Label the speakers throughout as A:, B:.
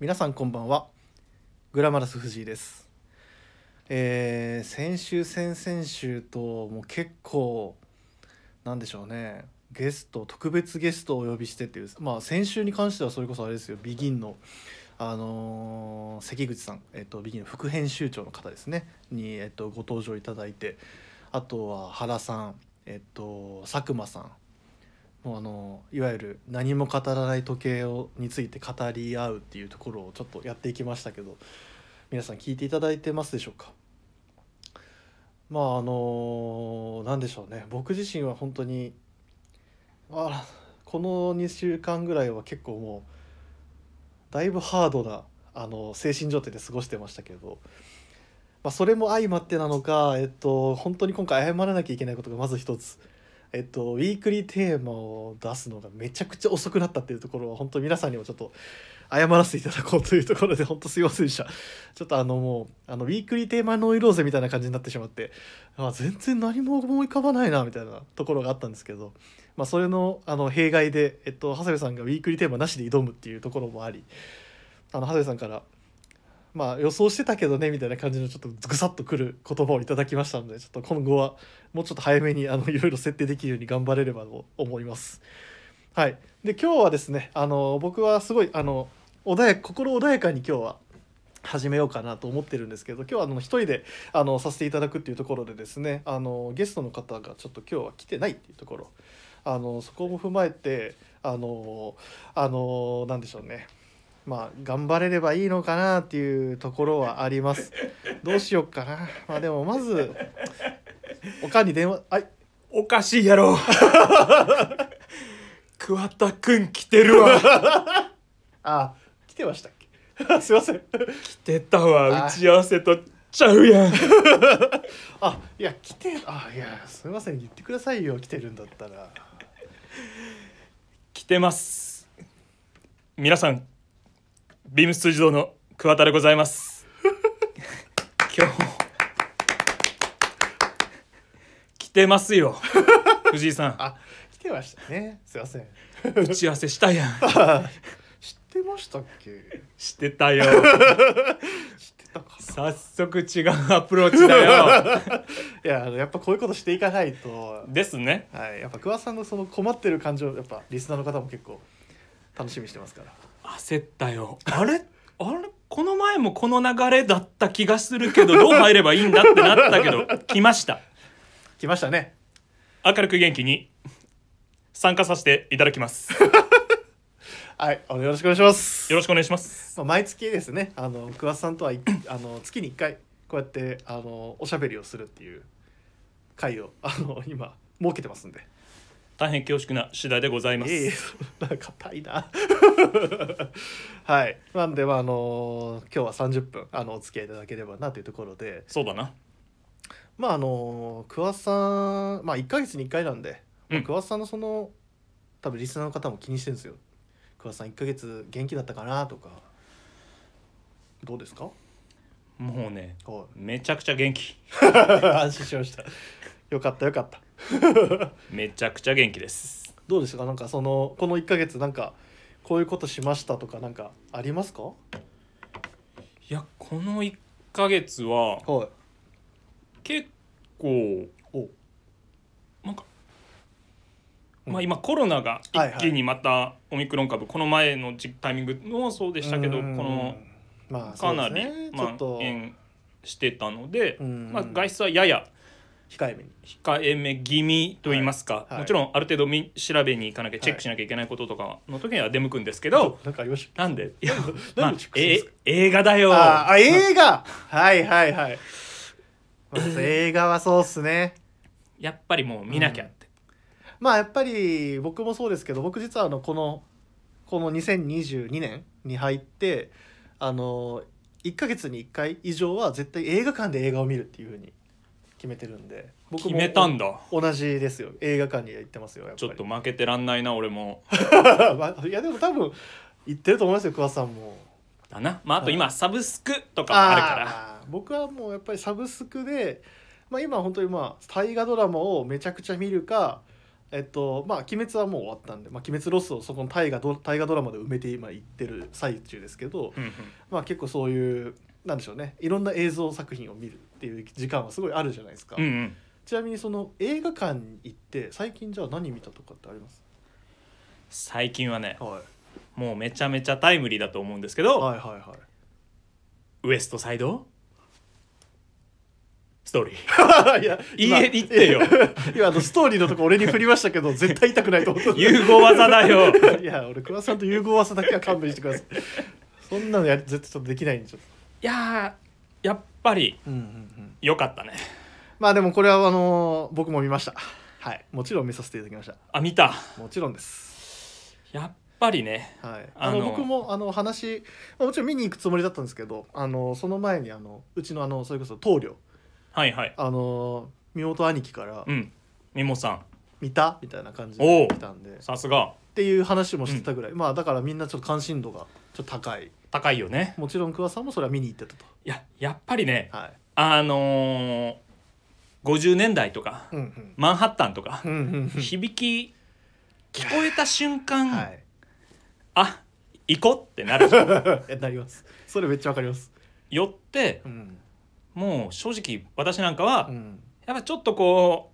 A: 皆さんこんばんはグラマラス藤井ですえー先週先々週ともう結構なんでしょうねゲスト特別ゲストをお呼びしてっていうまあ先週に関してはそれこそあれですよビギンのあのー関口さん、えっとビギンの副編集長の方ですねに、えっとご登場いただいてあとは原さん、えっと佐久間さんもうあのいわゆる何も語らない時計をについて語り合うっていうところをちょっとやっていきましたけど皆さん聞いていただいてますでしょうかまああの何でしょうね僕自身は本当にあらこの2週間ぐらいは結構もうだいぶハードなあの精神状態で過ごしてましたけど、まあ、それも相まってなのか、えっと、本当に今回謝らなきゃいけないことがまず一つえっと、ウィークリーテーマを出すのがめちゃくちゃ遅くなったっていうところは本当皆さんにもちょっと謝らせていただこうというところで本当すいませんでした ちょっとあのもうあのウィークリーテーマノイローゼみたいな感じになってしまって、あ、全然何も思い浮かばないなみたいなところがあったんですけど、まあ、それのあの弊害で、えっと、長谷部さんがウィークリーテーマなしで挑むっていうところもありあの長谷部さんから「まあ予想してたけどね」みたいな感じのちょっとぐさっとくる言葉をいただきましたのでちょっと今後はもうちょっと早めにあのい ろいろ設定できるように頑張れればと思います。はい、で今日はですねあの僕はすごいあの穏や心穏やかに今日は始めようかなと思ってるんですけど今日はあの一人であのさせていただくっていうところでですねあのゲストの方がちょっと今日は来てないっていうところあのそこも踏まえてあのあのなんでしょうねまあ頑張れればいいのかなっていうところはあります。どうしようかな。まあでもまずおかんに電話、はい、
B: おかしいやろ 桑田くん来てるわ
A: あ、来てましたっけ。 すいません。
B: 来てたわ
A: あ
B: 打ち合わせとちゃうやん
A: あ、いや、来て、あ、いや、すいません、言ってくださいよ、来てるんだったら。
B: 来てます皆さんビームス通堂の桑田でございます 今日も来てますよ藤井さん
A: あ、来てましたね。すいません。
B: 打ち合わせしたやん
A: 知ってましたっけ。
B: してたよ
A: 知ってたか。
B: 早速違うアプローチだ よ
A: いや、あの、やっぱこういうことしていかないと。
B: ですね
A: はい、やっぱ桑さんのその困ってる感情、やっぱリスナーの方も結構。楽しみにしてますから。
B: 焦ったよあれあれこの前もこの流れだった気がするけどどう入ればいいんだってなったけど来ました
A: 来ましたね。
B: 明るく元気に参加させていただきます
A: はい、あの、よろしくお願いします。
B: よろしくお願いします
A: まあ、毎月ですねあの桑田さんとは一あの月に1回こうやってあのおしゃべりをするっていう会をあの今設けてますんで
B: 大変恐縮な次第でございます、
A: ええなんか硬いなはいなんでまああの今日は30分あのお付き合いいただければなというところで
B: そうだな
A: まああの桑田さんまあ1か月に1回なんで、まあ
B: うん
A: 桑田さんのその多分リスナーの方も気にしてるんですよ桑田さん1か月元気だったかなとかどうですか
B: もうね
A: はい
B: めちゃくちゃ元気
A: 安心しましたよかったよかった
B: めちゃくちゃ元気です
A: どうでしたかなんかそのこの1ヶ月なんかこういうことしましたとかなんかありますかはい
B: やこの1ヶ月はい結構
A: お
B: なんか、
A: うん
B: まあ今コロナが
A: はいはい
B: 一気にまたオミクロン株、この前のじタイミングもそうでしたけど
A: う
B: こ
A: ん
B: の
A: まあ
B: かなり、
A: そうですねちょ
B: ま
A: っと
B: あ、延してたので、
A: うん
B: まあ、外出はやや
A: 控えめに
B: 控えめ気味と言いますか、
A: はいはい
B: もちろんある程度み調べに行かなきゃチェックしなきゃいけないこととかの時には出向くんですけど、
A: なんかありまし
B: なんでいや、
A: た
B: ま
A: な
B: あ
A: んでチェッ、クするんで
B: え
A: すか
B: 映画だよ
A: ああ映画はいはいはい、まあ、映画はそうっすね
B: やっぱりもう見なきゃって、
A: まあやっぱり僕もそうですけど僕実はあのこのこの2022年に入ってあの1ヶ月に1回以上は絶対映画館で映画を見るっていうふうに決めてるんで僕
B: 決めたんだ
A: 同じですよ映画館には行ってますよやっぱり
B: ちょっと負けてらんないな俺も
A: まあいやでも多分行ってると思いますよ桑田さんも
B: だなまああと今サブスクとかもあるから
A: あー僕はもうやっぱりサブスクで、まあ、今本当にまあ大河ドラマをめちゃくちゃ見るかえっとまあ「鬼滅」はもう終わったんで「まあ、鬼滅ロス」をそこの大河ド大河ドラマで埋めて今いってる最中ですけど、
B: うんうん
A: まあ、結構そういうなんでしょうねいろんな映像作品を見るっていう時間はすごいあるじゃないですか、
B: うんうん
A: ちなみにその映画館に行って最近じゃあ何見たとかってあります
B: 最近はね
A: はい
B: もうめちゃめちゃタイムリーだと思うんですけど、
A: はいはいはい
B: ウエストサイドストーリ ー
A: いや
B: 言え言ってよ
A: 今あのストーリーのとこ俺に振りましたけど絶対痛くないと思って
B: 融合技 だよ
A: いや俺桑田さんと融合技だけは勘弁してく ださいそんなのや絶対ちょっとできないんでちょっ
B: いやーやっぱり
A: と、うんうんうん、
B: 良かったね
A: まあでもこれはあのー僕も見ましたはいもちろん見させていただきました
B: あ見た
A: もちろんです
B: やっぱりね
A: はいあの
B: あの
A: 僕もあの話まあもちろん見に行くつもりだったんですけどあのその前にあのうちのあのそれこそ棟梁
B: はいはい
A: あのー妹兄貴から
B: うんみもさん
A: 「見た?」みたいな感じ
B: お
A: で
B: う
A: 来たんで
B: さすが
A: っていう話もしてたぐらい、まあだからみんなちょっと関心度がちょっと高い
B: 高いよね
A: もちろん桑田さんもそれは見に行ってたと
B: いややっぱりね
A: はい
B: あのー、50年代とか
A: うんうん
B: マンハッタンとか
A: うん うんうん
B: 響き聞こえた瞬間、
A: はい
B: あ行こうってな るじゃん
A: えなりますそれめっちゃわかります
B: よって
A: うん、
B: もう正直私なんかは、
A: うん、
B: やっぱちょっとこ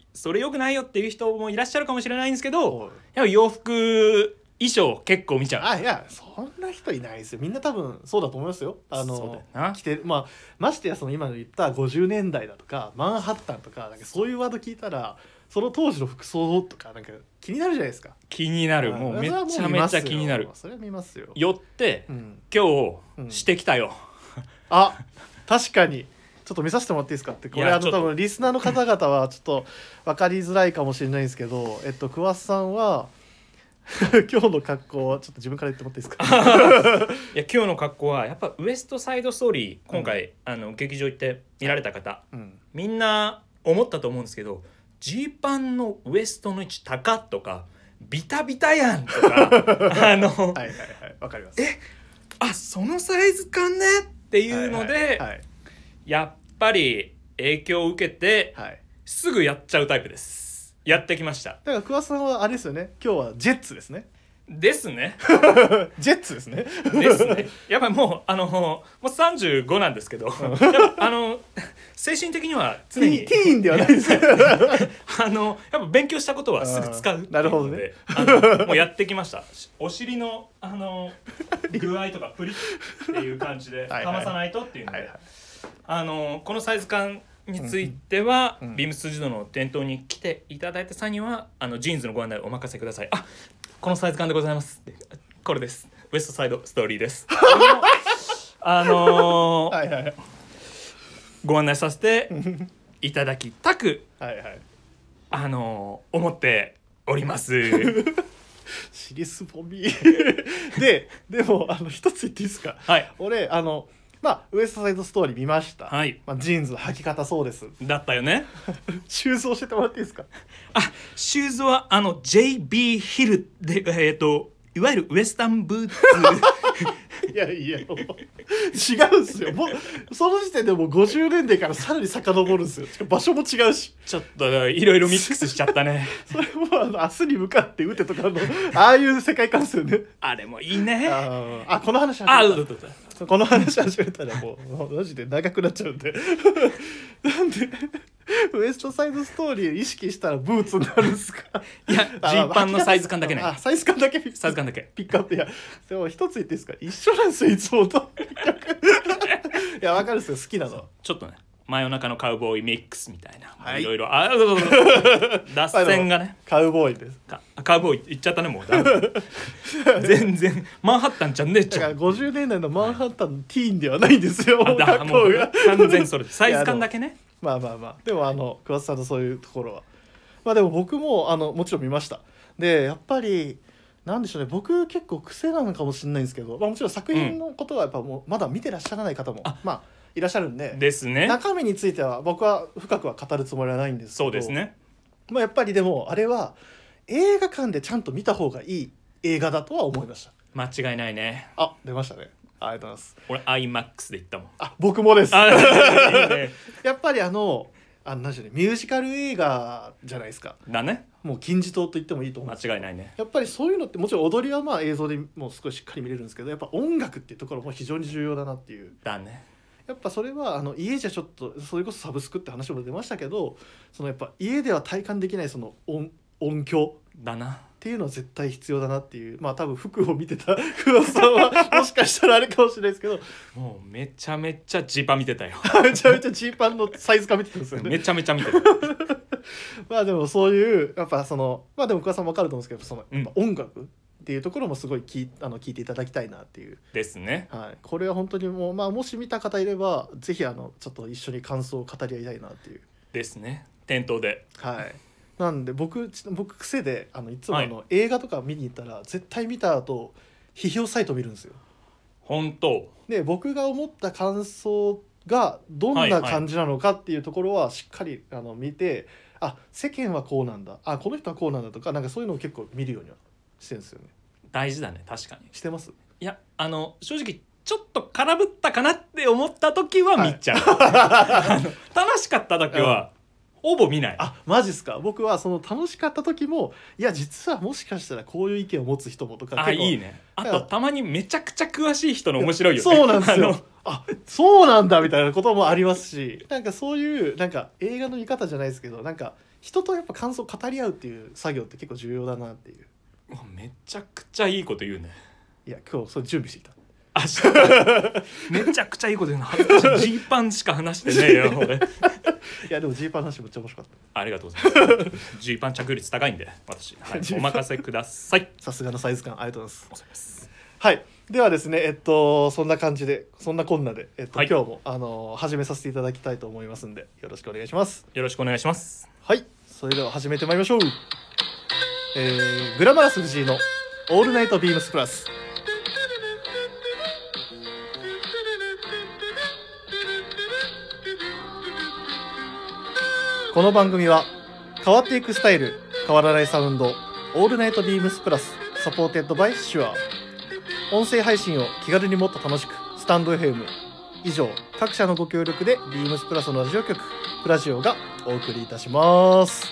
B: うそれ良くないよっていう人もいらっしゃるかもしれないんですけど
A: おい
B: やっぱ洋服衣装結構見ちゃう
A: あいやそんな人いないですよみんな多分そうだと思いますよあ
B: そうだよ
A: の
B: な
A: 着てまあましてやその今の言った50年代だとかマンハッタンとかなんかそういうワード聞いたらその当時の服装とかなんか気になるじゃないですか
B: 気になるもうめちゃめちゃ気になる
A: それは見ますよそれは見ますよ、
B: よって
A: うん、
B: 今
A: うん
B: 日してきたよ、
A: あ確かにちょっと見させてもらっていいですかってこれ
B: いや
A: あ
B: ちょ
A: の
B: っと
A: 多分リスナーの方々はちょっと分かりづらいかもしれないんですけどえっと桑田さんは 今日の格好はちょっと自分から言ってもらっていいです か
B: いや今日の格好はやっぱウエストサイドストーリー今回、あの劇場行って見られた方
A: うん
B: みんな思ったと思うんですけどジーパンのウエストの位置高っとかビタビタやんと かあの、
A: はいはいはいわかりますえ
B: あそのサイズ感ねっていうので、
A: はいはい
B: やっぱり影響を受けて
A: はいはい
B: すぐやっちゃうタイプですやってきました
A: だから桑田さんはあれですよね今日はジェッツですね
B: です ね
A: ジェッツですね
B: です ねやっぱりもうあのもう35なんですけど、やっぱあの精神的には
A: ティ
B: 常
A: ーン
B: に
A: ティーンではない ですよ
B: あのやっぱ勉強したことはすぐ使うっていうので
A: あーなるほどね
B: あのもうやってきましたしお尻のあの具合とかプリッっていう感じで
A: はい
B: かまさないとっていうので
A: はいはい
B: あのこのサイズ感については、
A: うんうん
B: ビームスジドの店頭に来ていただいた際にはあのジーンズのご案内お任せくださいあこのサイズ感でございますこれですウエストサイドストーリーですあのー
A: はいはいはい
B: ご案内させていただきたく
A: はいはい
B: あのー思っております
A: シリスボミ ででもあの一つ言っていいですか
B: はい
A: 俺あのまあウエストサイドストーリー見ました、
B: はい
A: まあ、ジーンズの履き方そうです
B: だったよね
A: シューズ教えてもらっていいですか
B: あシューズはあの JB ヒルでえっ、といわゆるウエスタンブーツ
A: いやいやもう違うんすよもうその時点でもう50年代からさらに遡るんですよしかも場所も違うし
B: ちょっといろいろミックスしちゃったね
A: それもあの明日に向かって打てとかのああいう世界観ですよね
B: あれもいいねあ
A: あーあこの話
B: あ
A: 始
B: う
A: め
B: だだ
A: たこの話始めたらもう もうマジで長くなっちゃうんで なんでウエストサイドストーリー意識したらブーツになるんですか
B: いや
A: あ
B: ジーパンのサイズ感だけね
A: あサイズ感だけ
B: サイズ感だけ
A: ピックアップいやでも一つ言っていいですか一緒なんですよいつもと いやわかるっすよ好きなの
B: ちょっとね真夜中のカウボーイミックスみたいな、
A: はい
B: いろいろあそうそうそう 脱線がね
A: カウボーイです
B: かカウボーイ行っちゃったねもうダメだ 全然マンハッタンじゃねえ
A: だ
B: ち
A: か
B: ゃ
A: ら
B: ん
A: 50年代のマンハッタンのティーンではないんですよ
B: あだ
A: 学
B: も
A: 校
B: う
A: が
B: 完全にそれサイズ感だけね
A: まあまあまあでもあの桑田さんのそういうところはまあでも僕もあのもちろん見ましたでやっぱりなんでしょうね僕結構癖なのかもしれないんですけど、まあ、もちろん作品のことはやっぱもうまだ見てらっしゃらない方も、
B: あ
A: まあいらっしゃるんで
B: ですね
A: 中身については僕は深くは語るつもりはないんですけど
B: そうですね
A: まあ、やっぱりでもあれは映画館でちゃんと見た方がいい映画だとは思いました
B: 間違いないね
A: あ出ましたねありがとうございます
B: 俺 iMAX で行ったもん
A: あ僕もです
B: あいいね
A: やっぱりあのあの何でしょうねミュージカル映画じゃないですか
B: だね
A: もう金字塔と言ってもいいと思うん
B: 間
A: です
B: 違いないね
A: やっぱりそういうのってもちろん踊りはまあ映像でもう少ししっかり見れるんですけどやっぱ音楽っていうところも非常に重要だなっていう
B: だね
A: やっぱそれはあの家じゃちょっとそれこそサブスクって話も出ましたけどそのやっぱ家では体感できないその音音響
B: だな
A: っていうのは絶対必要だなっていうまあ多分服を見てた 不安さんはもしかしたらあれかもしれないですけど
B: もうめちゃめちゃジーパン見てたよ
A: めちゃめちゃジーパンのサイズ感見てたんですよね
B: めちゃめちゃ見てた
A: まあでもそういうやっぱそのまあでも桑さんも分かると思うんですけどその
B: うん
A: やっぱ音楽っていうところもすごい聞いあの聞いていただきたいなっていう、
B: ですね
A: はい、これは本当にもう、まあ、もし見た方いればぜひあのちょっと一緒に感想を語り合いたいなっていう、
B: ですね店頭で
A: はい、なんで僕ち僕癖であのいつも
B: は
A: あ
B: い
A: の、映画とか見に行ったら絶対見た後批評サイト見るんですよ。
B: 本当
A: で僕が思った感想がどんな感じなのかっていうところはしっかりあの見てあ世間はこうなんだあこの人はこうなんだとかなんかそういうのを結構見るようにはしてるんですよね
B: 大事だね確かに
A: してます
B: いやあの正直ちょっと空振ったかなって思った時は見ちゃう、あの 楽しかった時は、ほぼ見ない
A: あマジっすか僕はその楽しかった時もいや実はもしかしたらこういう意見を持つ人もとか
B: あ
A: 結構
B: いいねあ
A: だ
B: と
A: から
B: たまにめちゃくちゃ詳しい人の面白いよね
A: そうなんです
B: あ
A: よ
B: の
A: あそうなんだみたいなこともありますしなんかそういうなんか映画の見方じゃないですけどなんか人とやっぱ感想を語り合うっていう作業って結構重要だなっていう
B: うわめちゃくちゃいいこと 言うね
A: いや今日それ準備してきた
B: あそうめちゃくちゃいいこと言うの恥ずかしいジーパンしか話してねえ よ俺
A: いやでもジーパンの話めっちゃ面白かっ
B: ありがとうございますジーパン着率高いんで私、 はい
A: ジーパ
B: お
A: ン
B: 任せくださ い
A: たさすがのサイズ感ありがとうございます
B: ございます
A: はいではですねえっとそんな感じでそんなこんなで、えっと
B: はい
A: 今日もあの始めさせていただきたいと思いますんでよろしくお願いします
B: よろしくお願いします
A: はいそれでは始めてまいりましょうえー、グラマラス藤井の「オールナイトビームスプラス」この番組は変わっていくスタイル変わらないサウンド「オールナイトビームスプラス」サポーテッドバイシュア音声配信を気軽にもっと楽しくスタンド FM 以上各社のご協力でビームスプラスのラジオ局プラジオがお送りいたします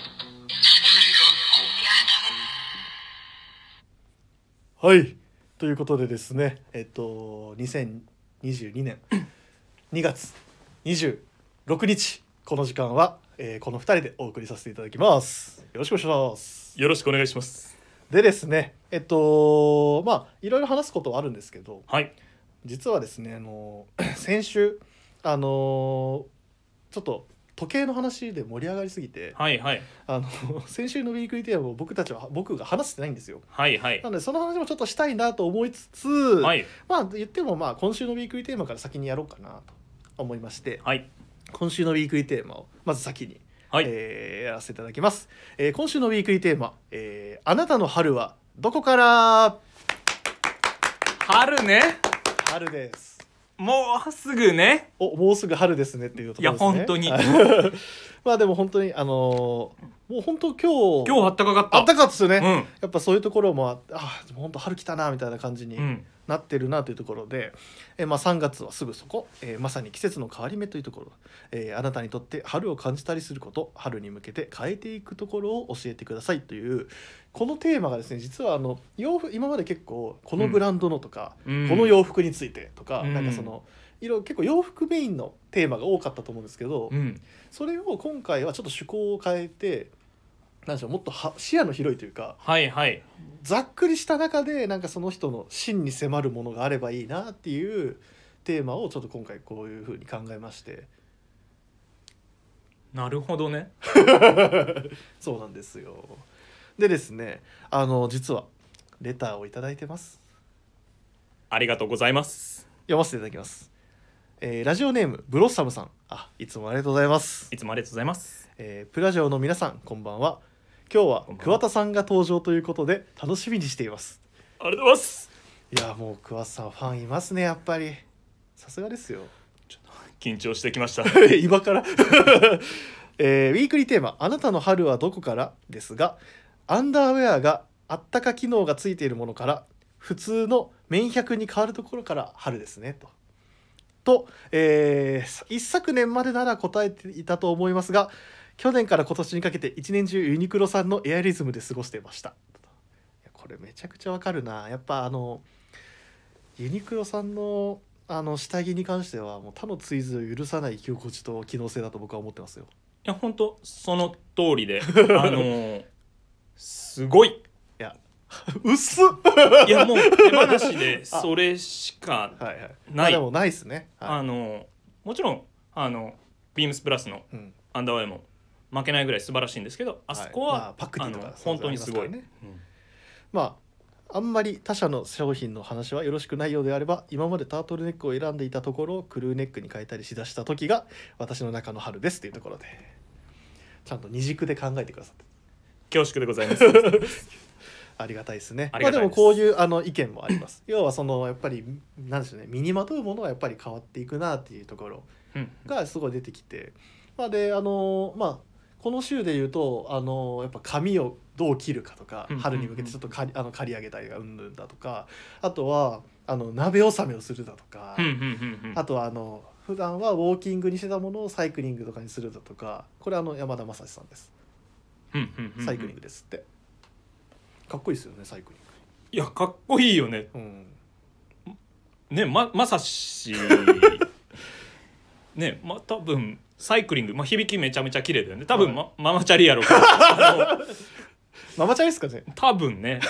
A: はいということでですねえっと2022年2月26日この時間は、えーこの2人でお送りさせていただきますよろしくお願いします
B: よろしくお願いします
A: でですねえっとまあいろいろ話すことはあるんですけど
B: はい
A: 実はですねあの 先週あのちょっと時計の話で盛り上がりすぎて
B: はいはい
A: あの 先週のウィークリーテーマを僕たちは僕が話してないんですよ
B: はいはい
A: なのでその話もちょっとしたいなと思いつつ、
B: はい
A: まあ言ってもまあ今週のウィークリーテーマから先にやろうかなと思いまして
B: はい
A: 今週のウィークリーテーマをまず先に、
B: はい、
A: えーやらせていただきます、えー今週のウィークリーテーマ、えーあなたの春はどこから
B: 春ね
A: 春です
B: もうすぐね
A: おもうすぐ春ですねっていうところですね
B: いや本当に
A: はい まあでも本当にあのーもう本当今日
B: 今日あったかかった
A: あったかかったですよね、
B: うん
A: やっぱそういうところもあってあでも本当春来たなみたいな感じに
B: うん
A: なってるなというところで、えーまあ、3月はすぐそこ、えーまさに季節の変わり目というところ、えーあなたにとって春を感じたりすること春に向けて変えていくところを教えてくださいというこのテーマがですね実はあの洋服今まで結構このブランドのとか、
B: うん
A: この洋服についてとか、
B: うん
A: なんかそのいろいろ結構洋服メインのテーマが多かったと思うんですけど、
B: うん
A: それを今回はちょっと趣向を変えてなんでしょうもっとは視野の広いというか
B: はいはい
A: ざっくりした中でなんかその人の真に迫るものがあればいいなっていうテーマをちょっと今回こういうふうに考えまして
B: なるほどね
A: そうなんですよでですねあの実はレターを頂いただいてます
B: ありがとうございます
A: 読ませていただきます、えーラジオネームブロッサムさんあいつもありがとうございます
B: いつもありがとうございます
A: えープラジオの皆さんこんばんは今日は
B: こんばんは
A: 桑田さんが登場ということで楽しみにしています
B: ありがとうございます
A: いやもう桑田さんファンいますねやっぱりさすがですよ
B: 緊張してき ました
A: 今からえーウィークリーテーマ「あなたの春はどこから?」ですがアンダーウェアがあったか機能がついているものから普通の綿100に変わるところから春ですねとと、えー一昨年までなら答えていたと思いますが去年から今年にかけて一年中ユニクロさんのエアリズムで過ごしてましたいやこれめちゃくちゃわかるなやっぱあのユニクロさんのあの下着に関してはもう他の追随を許さない居心地と機能性だと僕は思って ますよ
B: いや本当その通りであのーすごい
A: いや薄っはい
B: やもう手放し でそれしか
A: いはいま
B: な
A: あ
B: い
A: でもないですねは
B: あのもちろんあのビームスプラスの
A: い、うん
B: アンダーウェイも負けないぐらい素晴らしいんですけどあそこは、
A: はいまあパクティとか
B: あの
A: そう
B: 本当にすご
A: あ
B: い、
A: りますか
B: うん
A: まああんまり他社の商品の話はよろしくないようであれば今までタートルネックを選んでいたところをクルーネックに変えたりしだした時が私の中の春ですというところでちゃんと二軸で考えてくださって
B: 恐縮でございますは
A: ありがたいですね
B: ありがたい
A: まあ、
B: です
A: でもこういうあの意見もあります要はそのやっぱりなんでしょうね身にまとうものはやっぱり変わっていくなって いうところがすごい出てきて、まあ、であのまあこの週で言うとあのやっぱ髪をどう切るかとか
B: うんうんうん
A: 春に向けてちょっと刈りあの刈り上げたりがうんぬんだとかあとはあの鍋納めをするだとか、あとはあの普段はウォーキングにしてたものをサイクリングとかにするだとかこれあの山田正史さんですサイクリングですって、かっこいいですよねサイク
B: いやかっこいいよね
A: リング、うん、
B: ねままさしねま多分サイクリング、まあ、響きめちゃめちゃ綺麗だよね多分、
A: は
B: まママチャリやろうからあの
A: ママチャリですかね
B: 多分ね、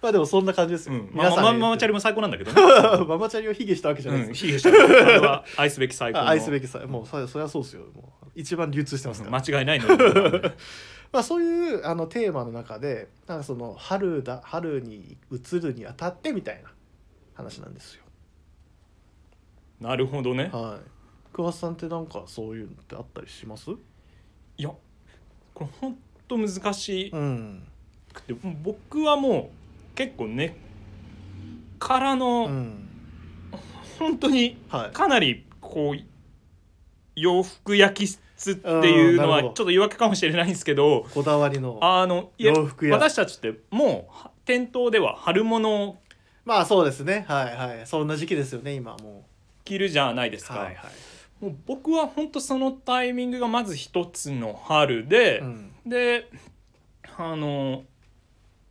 A: まあでもそんな感じです
B: う
A: よ、
B: ん、ま
A: 皆
B: ま
A: さんが
B: ま
A: 言ってる
B: ママチャリも最高なんだけどね
A: ママチャリを卑下したわ けじゃ
B: う
A: ないで
B: ん
A: す、
B: 卑下したこれは愛すべき最高の
A: あ愛すべきさもうそそりゃそうですよもう一番流通してますから、ま
B: 間違いないので
A: あ、そういうあのテーマの中でなんかその春だ春に移るにあたってみたいな話なんですよ
B: なるほどね
A: はい桑田さんってなんかそういうのってあったりします
B: いやこれほんと難し
A: うん
B: くて、僕はもう結構根っからの、
A: うん
B: 本当に
A: はい
B: かなりこう洋服焼き室っていうの
A: う
B: は
A: んな
B: ち
A: るほ
B: ょっ
A: ど
B: と言い訳かもしれないんですけど
A: こだわりの
B: あのいや
A: 洋服屋
B: 私たちってもう店頭では春物を
A: まあそうですねはいはいそんな時期ですよね今はも
B: 着るじゃないです
A: う
B: か、
A: はいは
B: もう僕は本当そのタイミングがまず一つの春
A: い、
B: で、
A: うん、
B: であの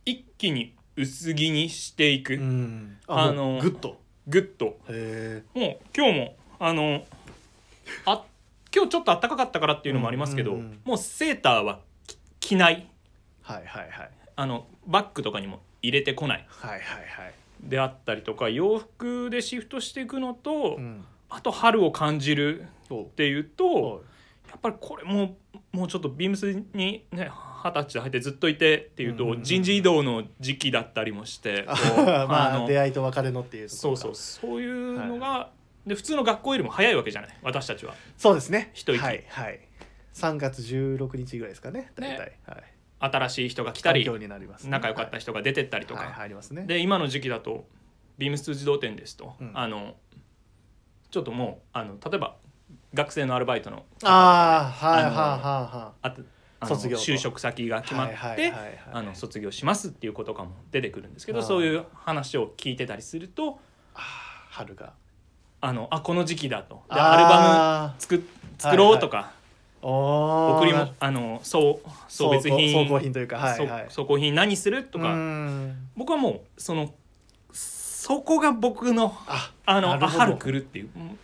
B: 一気に薄着にしていく、
A: うん、
B: あの
A: もうグッと
B: ぐっと
A: へえ
B: もう今日もあのあ今日ちょっと暖かかったからっていうのもありますけど、
A: うんうんうん
B: もうセーターはき着ない
A: はいはいはい
B: あのバッグとかにも入れてこない
A: はいはいはい
B: であったりとか洋服でシフトしていくのと、
A: うん
B: あと春を感じる
A: お
B: っていうと、
A: はい
B: やっぱりこれもうもうちょっとビームスにね二十歳で入ってずっといてっていうと、
A: うんうんうん
B: 人事異動の時期だったりもしてこう
A: まあ
B: の
A: 出会いと別れのっていうとこ
B: そ
A: ろ
B: う
A: か
B: そうそういうのが、
A: は
B: で普通の学校よりも早いわけじゃない私たちは
A: そうですね
B: 一息
A: はいはい3月16日ぐらいですかね大体、
B: ね
A: はい
B: 新しい人が来たり
A: 環境になりますね、
B: 仲良かった人が出てったりとか、
A: はい、はい、入りますね
B: で今の時期だとビームス自動店ですと、
A: うん
B: あのちょっともうあの例えば学生のアルバイトの
A: ああはい
B: あ
A: は
B: のあとあの
A: 卒業と
B: 就職先が
A: い
B: 決
A: はい
B: ま
A: は
B: っ
A: い
B: て、
A: はいはいはい
B: あの卒業しますっていうことかも出てくるんですけど、
A: はい
B: そういう話を聞いてたりすると
A: あー春が
B: あのあこの時期だとでアルバム
A: ム
B: 作作ろうとか、
A: お
B: 送り
A: も
B: もあの送送別品
A: 総合品というかはいはい
B: 送送品何するとか、
A: うん
B: 僕はもうそのそこが僕の
A: あ
B: あの
A: なる
B: あ
A: ほど
B: 春来るっていううん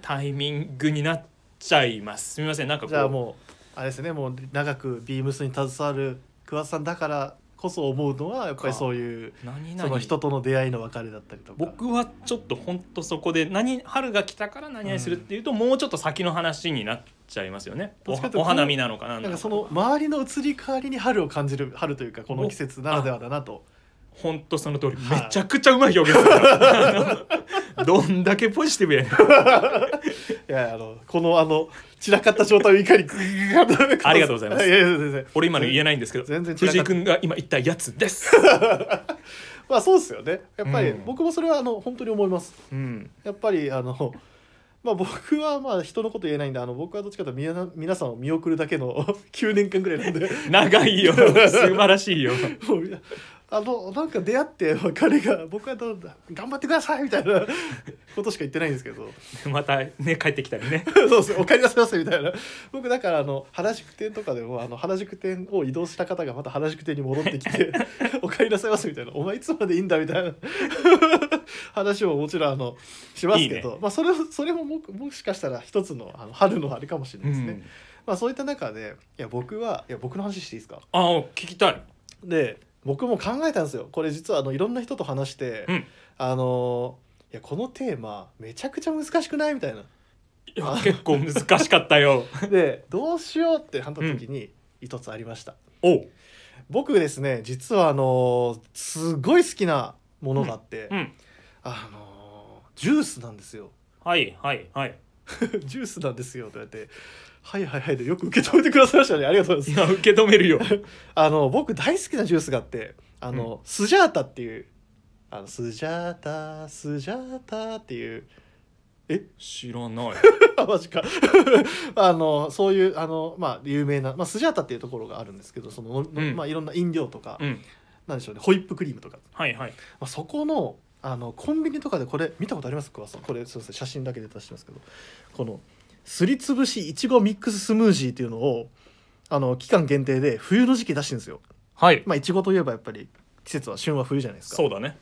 B: タイミングになっちゃいますすみませんなんかこう
A: じゃあもうあれですねもう長くビームスに携わる桑田さんだからこそ思うのはやっぱりそういう
B: 何
A: そ
B: 々
A: の人との出会いの別れだったりとか
B: 僕はちょっと本当そこで何春が来たから何々するっていうと、もうちょっと先の話になっちゃいますよね
A: ど
B: お
A: っちかというと
B: お花見なのかなん
A: な
B: だ
A: んかその周りの移り変わりに春を感じる春というかこの季節ならではだなと
B: 本当その通り
A: はい
B: めちゃくちゃうまい表現するからどんだけポジティブやねん
A: いやいやあのこのあの散らかった状態をいかに
B: ありがとうございます
A: やいや全然
B: 俺今の言えないんですけど
A: 全然散ら
B: 藤
A: か
B: 井
A: っ
B: 君が今言ったやつです、
A: まあそうですよねやっぱり
B: うん
A: 僕もそれはあの本当に思います
B: うん、
A: やっぱりあの まあ僕はまあ人のこと言えないんであの僕はどっちかというとみな皆さんを見 送るだけの9年間ぐらいなんで
B: 長いよ素晴らしいよ
A: もうみなあのなんか出会って別れが僕はどうだ頑張ってくださいみたいなことしか言ってないんですけど
B: でまたね帰ってきたり ね
A: そうですねお帰りなさいませみたいな僕だからあの原宿店とかでもあの原宿店を移動した方がまた原宿店に戻ってき てお帰りなさいませみたいなお前いつまでいいんだみたいな 話をもちろんあのしますけど
B: いい
A: まあ、それをそれもももしかしたら一つのあの春のあれかもしれないですね、まあ、そういった中でいや僕はいや僕の話していいですか
B: ああ聞きたい
A: で僕も考えたんですよこれ実はあのいろんな人と話して、
B: うん
A: あのいやこのテーマめちゃくちゃ難しくないみたいな
B: いや結構難しかったよ
A: でどうしようってなった時に一つありました、
B: おう
A: 僕ですね実はあのすごい好きなものがあって、
B: うん
A: あのジュースなんですよ
B: はいはいはい
A: ジュースなんですよって言われて「はいはいはい」でよく受け止めてくださいましたねありがとうござ
B: い
A: います
B: や受け止めるよ
A: あの僕大好きなジュースがあってあの、スジャータっていうあのスジャータスジャータっていう
B: 知らない
A: あマジか あのそういうあの、まあ、有名な、まあ、スジャータっていうところがあるんですけどその、
B: うん
A: まあ、いろんな飲料とか、
B: うん
A: なんでしょうねホイップクリームとか、
B: はいはい
A: まあ、そこのあのコンビニとかでこれ見たことありますかこれすいません写真だけで出してますけどこのすりつぶしいちごミックススムージーっていうのをあの期間限定で冬の時期出してるんですよ。
B: はい
A: まあいちごといえばやっぱり季節は旬は冬じゃないですか。
B: そうだね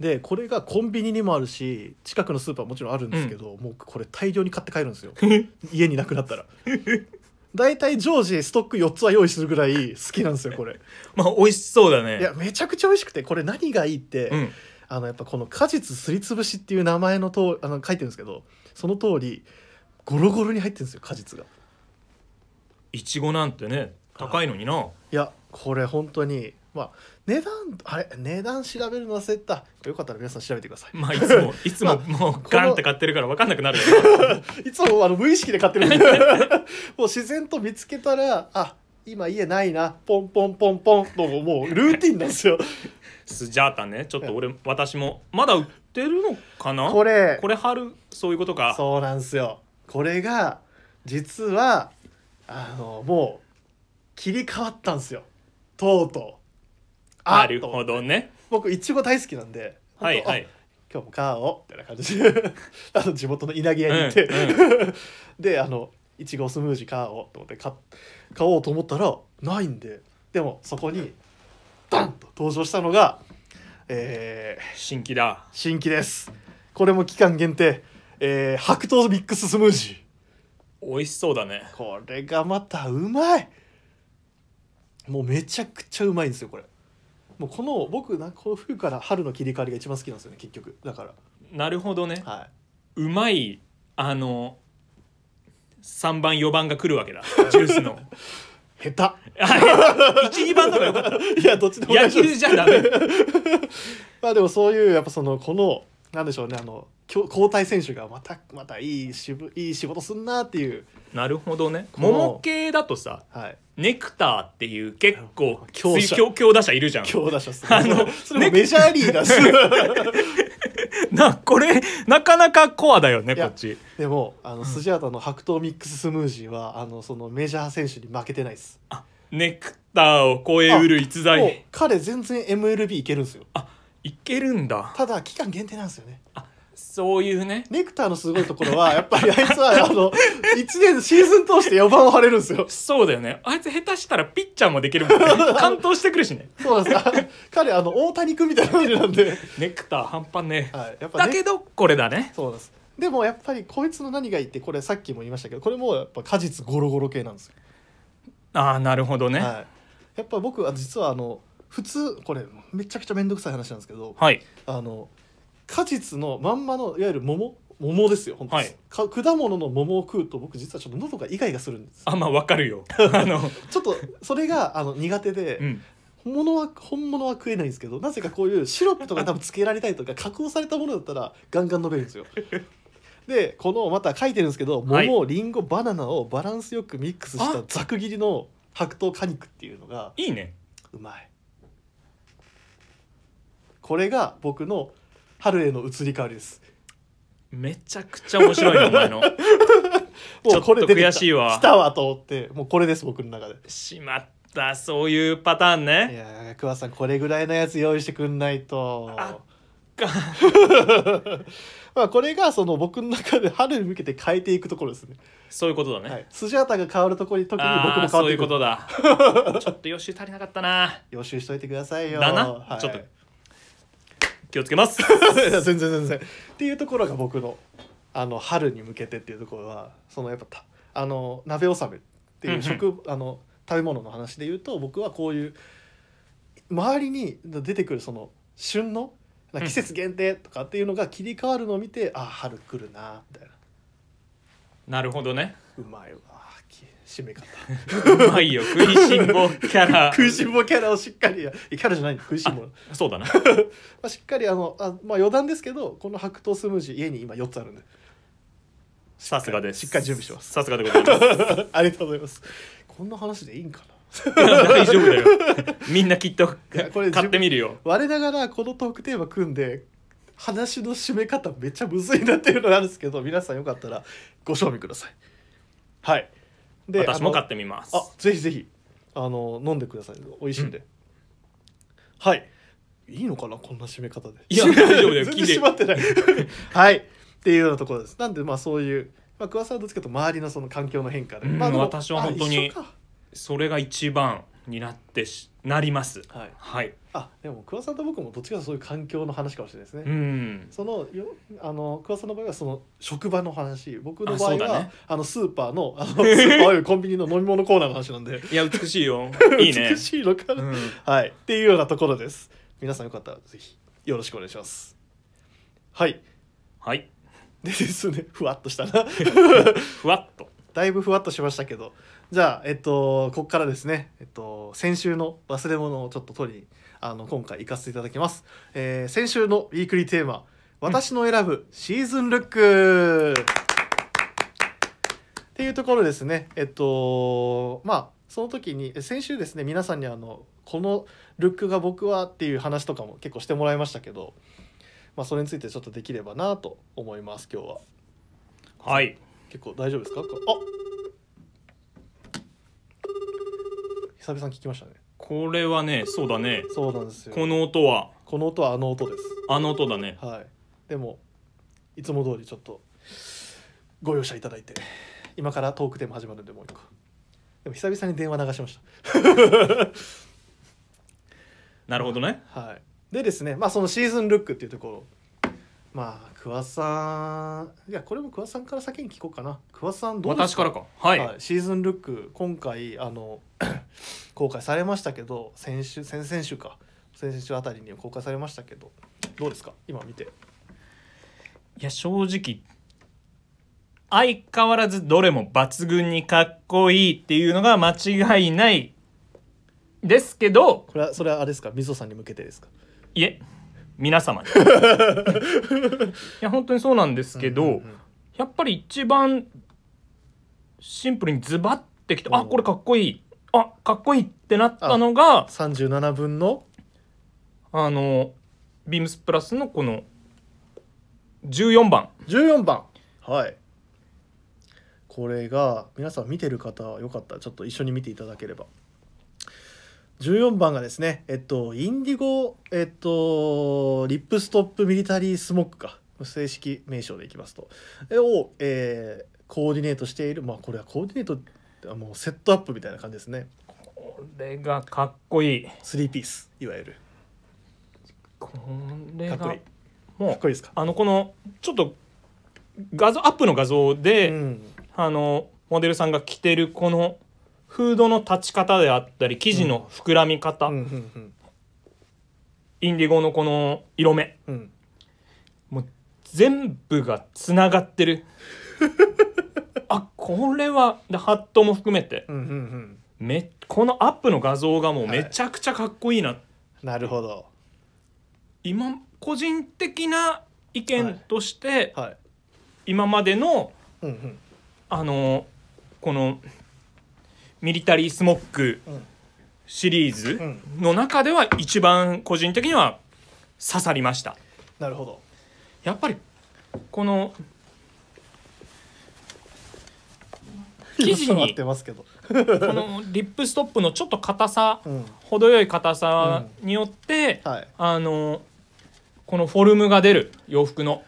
A: でこれがコンビニにもあるし近くのスーパーもちろんあるんですけど、もうこれ大量に買って帰るんですよ家になくなったら だいたい常時ストック4つは用意するぐらい好きなんですよこれ
B: まあ美味しそうだね
A: いやめちゃくちゃ美味しくてこれ何がいいって、
B: うん
A: あのやっぱこの果実すりつぶしっていう名前のとあの書いてるんですけどその通りゴロゴロに入ってるんですよ果実が
B: いちごなんてね高いのにない
A: やこれ本当にまあ値段あれ値段調べるの忘れてたよかったら皆さん調べてください
B: まあいつもいつも
A: ま
B: もうガンって買ってるから分かんなくなるよ ね
A: いつもあの無意識で買ってるん でもう自然と見つけたらあ今家ないなポンポンポンポンのもうルーティンなんですよ
B: スジャータねちょっと俺私もまだ売ってるのかな
A: これ
B: これ春そういうことか
A: そうなんですよこれが実はあのもう切り替わったんですよとうとうあ
B: なるほ
A: と
B: どね
A: 僕いちご大好きなんで
B: はい
A: 本当あ
B: はい
A: 今日も買おうみたいな感じで あの地元の稲荷屋に行って、 であのいちごスムージー買おうと思って買買おうと思ったらないんででもそこにダンと登場したのが、えー
B: 新規だ
A: 新規ですこれも期間限定、えー白桃ミックススムージ
B: 美味しそうだね
A: ーこれがまたうまいもうめちゃくちゃうまいんですよこれもうこの僕なこの冬から春の切り替わりが一番好きなんですよね結局だか
B: なるほどね
A: らはいう
B: まいあの3番4番が来るわけだジュースの
A: 下手
B: 12番とかよかった
A: いやどっちでも
B: 野
A: 大丈夫で
B: 球
A: す
B: じゃダメ
A: まあでもそういうやっぱそのこのなんでしょうねあのきょ交代選手がまたまたいいしぶいい仕事すんなっていう
B: なるほどね
A: この
B: 桃系だとさ
A: はい
B: ネクターっていう結構
A: 強
B: 強
A: 者
B: 強強打者いるじゃん
A: 強打者っすね
B: あの
A: それもメジャーリーガーっす
B: なこれなかなかコアだよね
A: い
B: こ
A: や
B: っち
A: でもあのスジャータの白桃ミックススムージーはあのそのメジャー選手に負けてないです
B: ネクターを超えうる逸
A: もう
B: 材
A: 彼全然 MLB いけるんですよ
B: いけるんだ
A: ただ期間限定なんですよね
B: そういうね
A: ネクターのすごいところ はやっぱりあいつはあの1年シーズン通して4番を張れるんですよ
B: そうだよねあいつ下手したらピッチャーもできる もんね完投してくるしね
A: そうなんですか彼あの大谷君みたいな感じなんで、
B: ネクター半端ね
A: はい、やっぱ、
B: だ
A: ね、
B: けどこれだね
A: そうなんですでもやっぱりこいつの何がいいってこれさっきも言いましたけどこれもやっぱ果実ゴロゴロ系なんですよ、
B: ああなるほどね
A: はい、やっぱ僕は実はあの普通これめちゃくちゃ面倒くさい話なんですけど
B: はい
A: あの果実のまんまのいわゆる桃桃ですよ本当です、か果物の桃を食うと僕実はちょっと喉がイガイガするんです
B: あまあわ かるよあの、
A: ちょっとそれがあの苦手で、
B: うん、
A: 本物は本物は食えないんですけどなぜかこういうシロップとか多分つけられたりとか加工されたものだったらガンガン飲めるん ですよ。でこのまた書いてるんですけど
B: はい
A: 桃、りんごバナナをバランスよくミックスした
B: あ
A: ざく切りの白桃果肉っていうのが
B: いいね
A: うまいこれが僕の春への移り変わりです
B: めちゃくちゃ面白いな お前の
A: もうこれ
B: ちょっと
A: 出てきた
B: 悔しいわ
A: 来たわと思ってもうこれです僕の中で
B: しまったそういうパターン
A: い
B: ね
A: やー桑田さんこれぐらいのやつ用意してくんないと
B: あ
A: まあこれがその僕の中で春に向けて変えていくところですね
B: そういうことだね、
A: はい、スジャータが変わるところに特に
B: あ
A: 僕
B: あ
A: も
B: ー
A: 変
B: そ
A: わっ
B: うい
A: て
B: う
A: いく
B: ことだ ちょっと予習足りなかったな
A: 予習しといてくださいよ
B: だな、
A: はい、
B: ちょっと気をつ けます
A: いや全然全然っていうところが僕のあの春に向けてっていうところはそのやっぱたあの鍋納めっていう食、あの食べ物の話で言うと僕はこういう周りに出てくるその旬のなんか季節限定とかっていうのが切り替わるのを見て、ああ春来るなみたいな
B: なるほどね
A: うまいわき締 め方
B: うまいよ食いしん坊キャラ
A: 食いしん坊キャラをしっかりやキャラじゃない食いしん坊
B: そうだな
A: まあ、しっかりあのあ、まあ、余談ですけどこの白桃スムージー家に今4つあるんで
B: さすがで
A: し
B: す
A: っかり準備してます
B: さすがでございます
A: ありがとうございますこんな話でいいんかな
B: 大丈夫 だよみんなきっと
A: いやこれ
B: 買ってみるよ
A: 我ながらこのトークテーマ組んで話の締め方めっちゃむずいなっていうのがあるんですけど皆さんよかったらご賞味くださいはいで
B: 私も買っ
A: あ
B: てみます
A: のあぜひぜひあの飲んでください美味しいんで、はいいいのかなこんな締め方で
B: いや大丈夫 だよ
A: 全然
B: 聞いて
A: 閉まってない はいっていうようなところですなんでまあそういう、まあ、桑沢はどっちかというと周りのその環境の変化で、
B: うん
A: まあ、でも
B: 私は本当に
A: あ一緒か
B: それが一番になってしなります
A: はい
B: はい
A: あでも桑沢と僕もどっちかというとそういう環境の話かもしれないですね、
B: うん
A: そのよあの桑沢の場合はその職場の話僕の場合
B: あそう
A: はあ、
B: だね
A: のスーパーのあ のスーパーおよびコンビニの飲み物コーナーの話なんで
B: いや美しい よいいね
A: 美しいのかな、
B: うん
A: はい、っていうようなところです皆さんよかったらぜひよろしくお願いしますはい
B: はい
A: でですねふわっとしたな
B: ふわっと
A: だいぶふわっとしましたけどじゃあえっとここからですねえっと先週の忘れ物をちょっと取りにあの今回行かせていただきます、えー先週のウィークリーテーマ「私の選ぶシーズンルック」っていうところですねえっとまあその時にえ先週ですね皆さんにあのこのルックが僕はっていう話とかも結構してもらいましたけど、まあ、それについてちょっとできればなと思います今日は。
B: はい
A: 結構大丈夫ですかこあ久々に聞きましたね
B: これはねそうだね
A: そうなんですよ
B: この音は
A: この音はあの音です
B: あの音だね
A: はいでもいつも通りちょっとご容赦いただいて今からトークテーマ始まるんでもう一個でも久々に電話流しまし
B: なるほどね
A: たはいでですねまあそのシーズンルックっていうところまあ桑さんいやこれも桑さんから先に聞こうかな桑さんどうです
B: 私からかはい、
A: はい、シーズンルック今回あの 公開されましたけど先週先々週か先々週あたりに公開されましたけどどうですか今見て
B: いや正直相変わらずどれも抜群にかっこいいっていうのが間違いないですけど
A: これはそれはあれですかみぞさんに向けてですか
B: いえ皆様 にいや本当にそうなんですけど、
A: うんうんうん
B: やっぱり一番シンプルにズバッてきて、あ
A: うん
B: これかっこいいあかっこいいってなったのが
A: 37分の
B: あのビームスプラスのこの14番
A: 14番はいこれが皆さん見てる方はよかったらちょっと一緒に見ていただければ14番がですねえっとインディゴえっとリップストップミリタリースモックか正式名称でいきますとえを、えーコーディネートしているまあこれはコーディネートってあもうセットアップみたいな感じですね
B: これがかっこいい
A: 3ピースいわゆる
B: これ
A: か
B: が
A: っこいい
B: も
A: か
B: う
A: っこいいですか
B: あのこのちょっと画像アップの画像で、
A: うん
B: あのモデルさんが着てるこのフードの立ち方であったり生地の膨らみ方、
A: うんうんうん
B: インディゴのこの色目
A: うん
B: もう全部がつながっ てるあこれはでハットも含めて
A: うんうんうん
B: めこのアップの画像がもう
A: はい
B: めちゃくちゃかっこいいな、
A: なるほど
B: 今個人的な意
A: は
B: 見
A: い
B: として、
A: はい
B: 今までの
A: うんうん
B: あのこのミリタリースモック
A: うん
B: シリーズ
A: うん
B: の中では一番個人的には刺さりました
A: なるほど
B: やっぱりこの生地
A: 今触っ
B: に
A: てますけど、
B: このリップストップのちょっと硬さ
A: うん、
B: 程よい硬さによって、
A: はい
B: あのこのフォルムが出る洋服の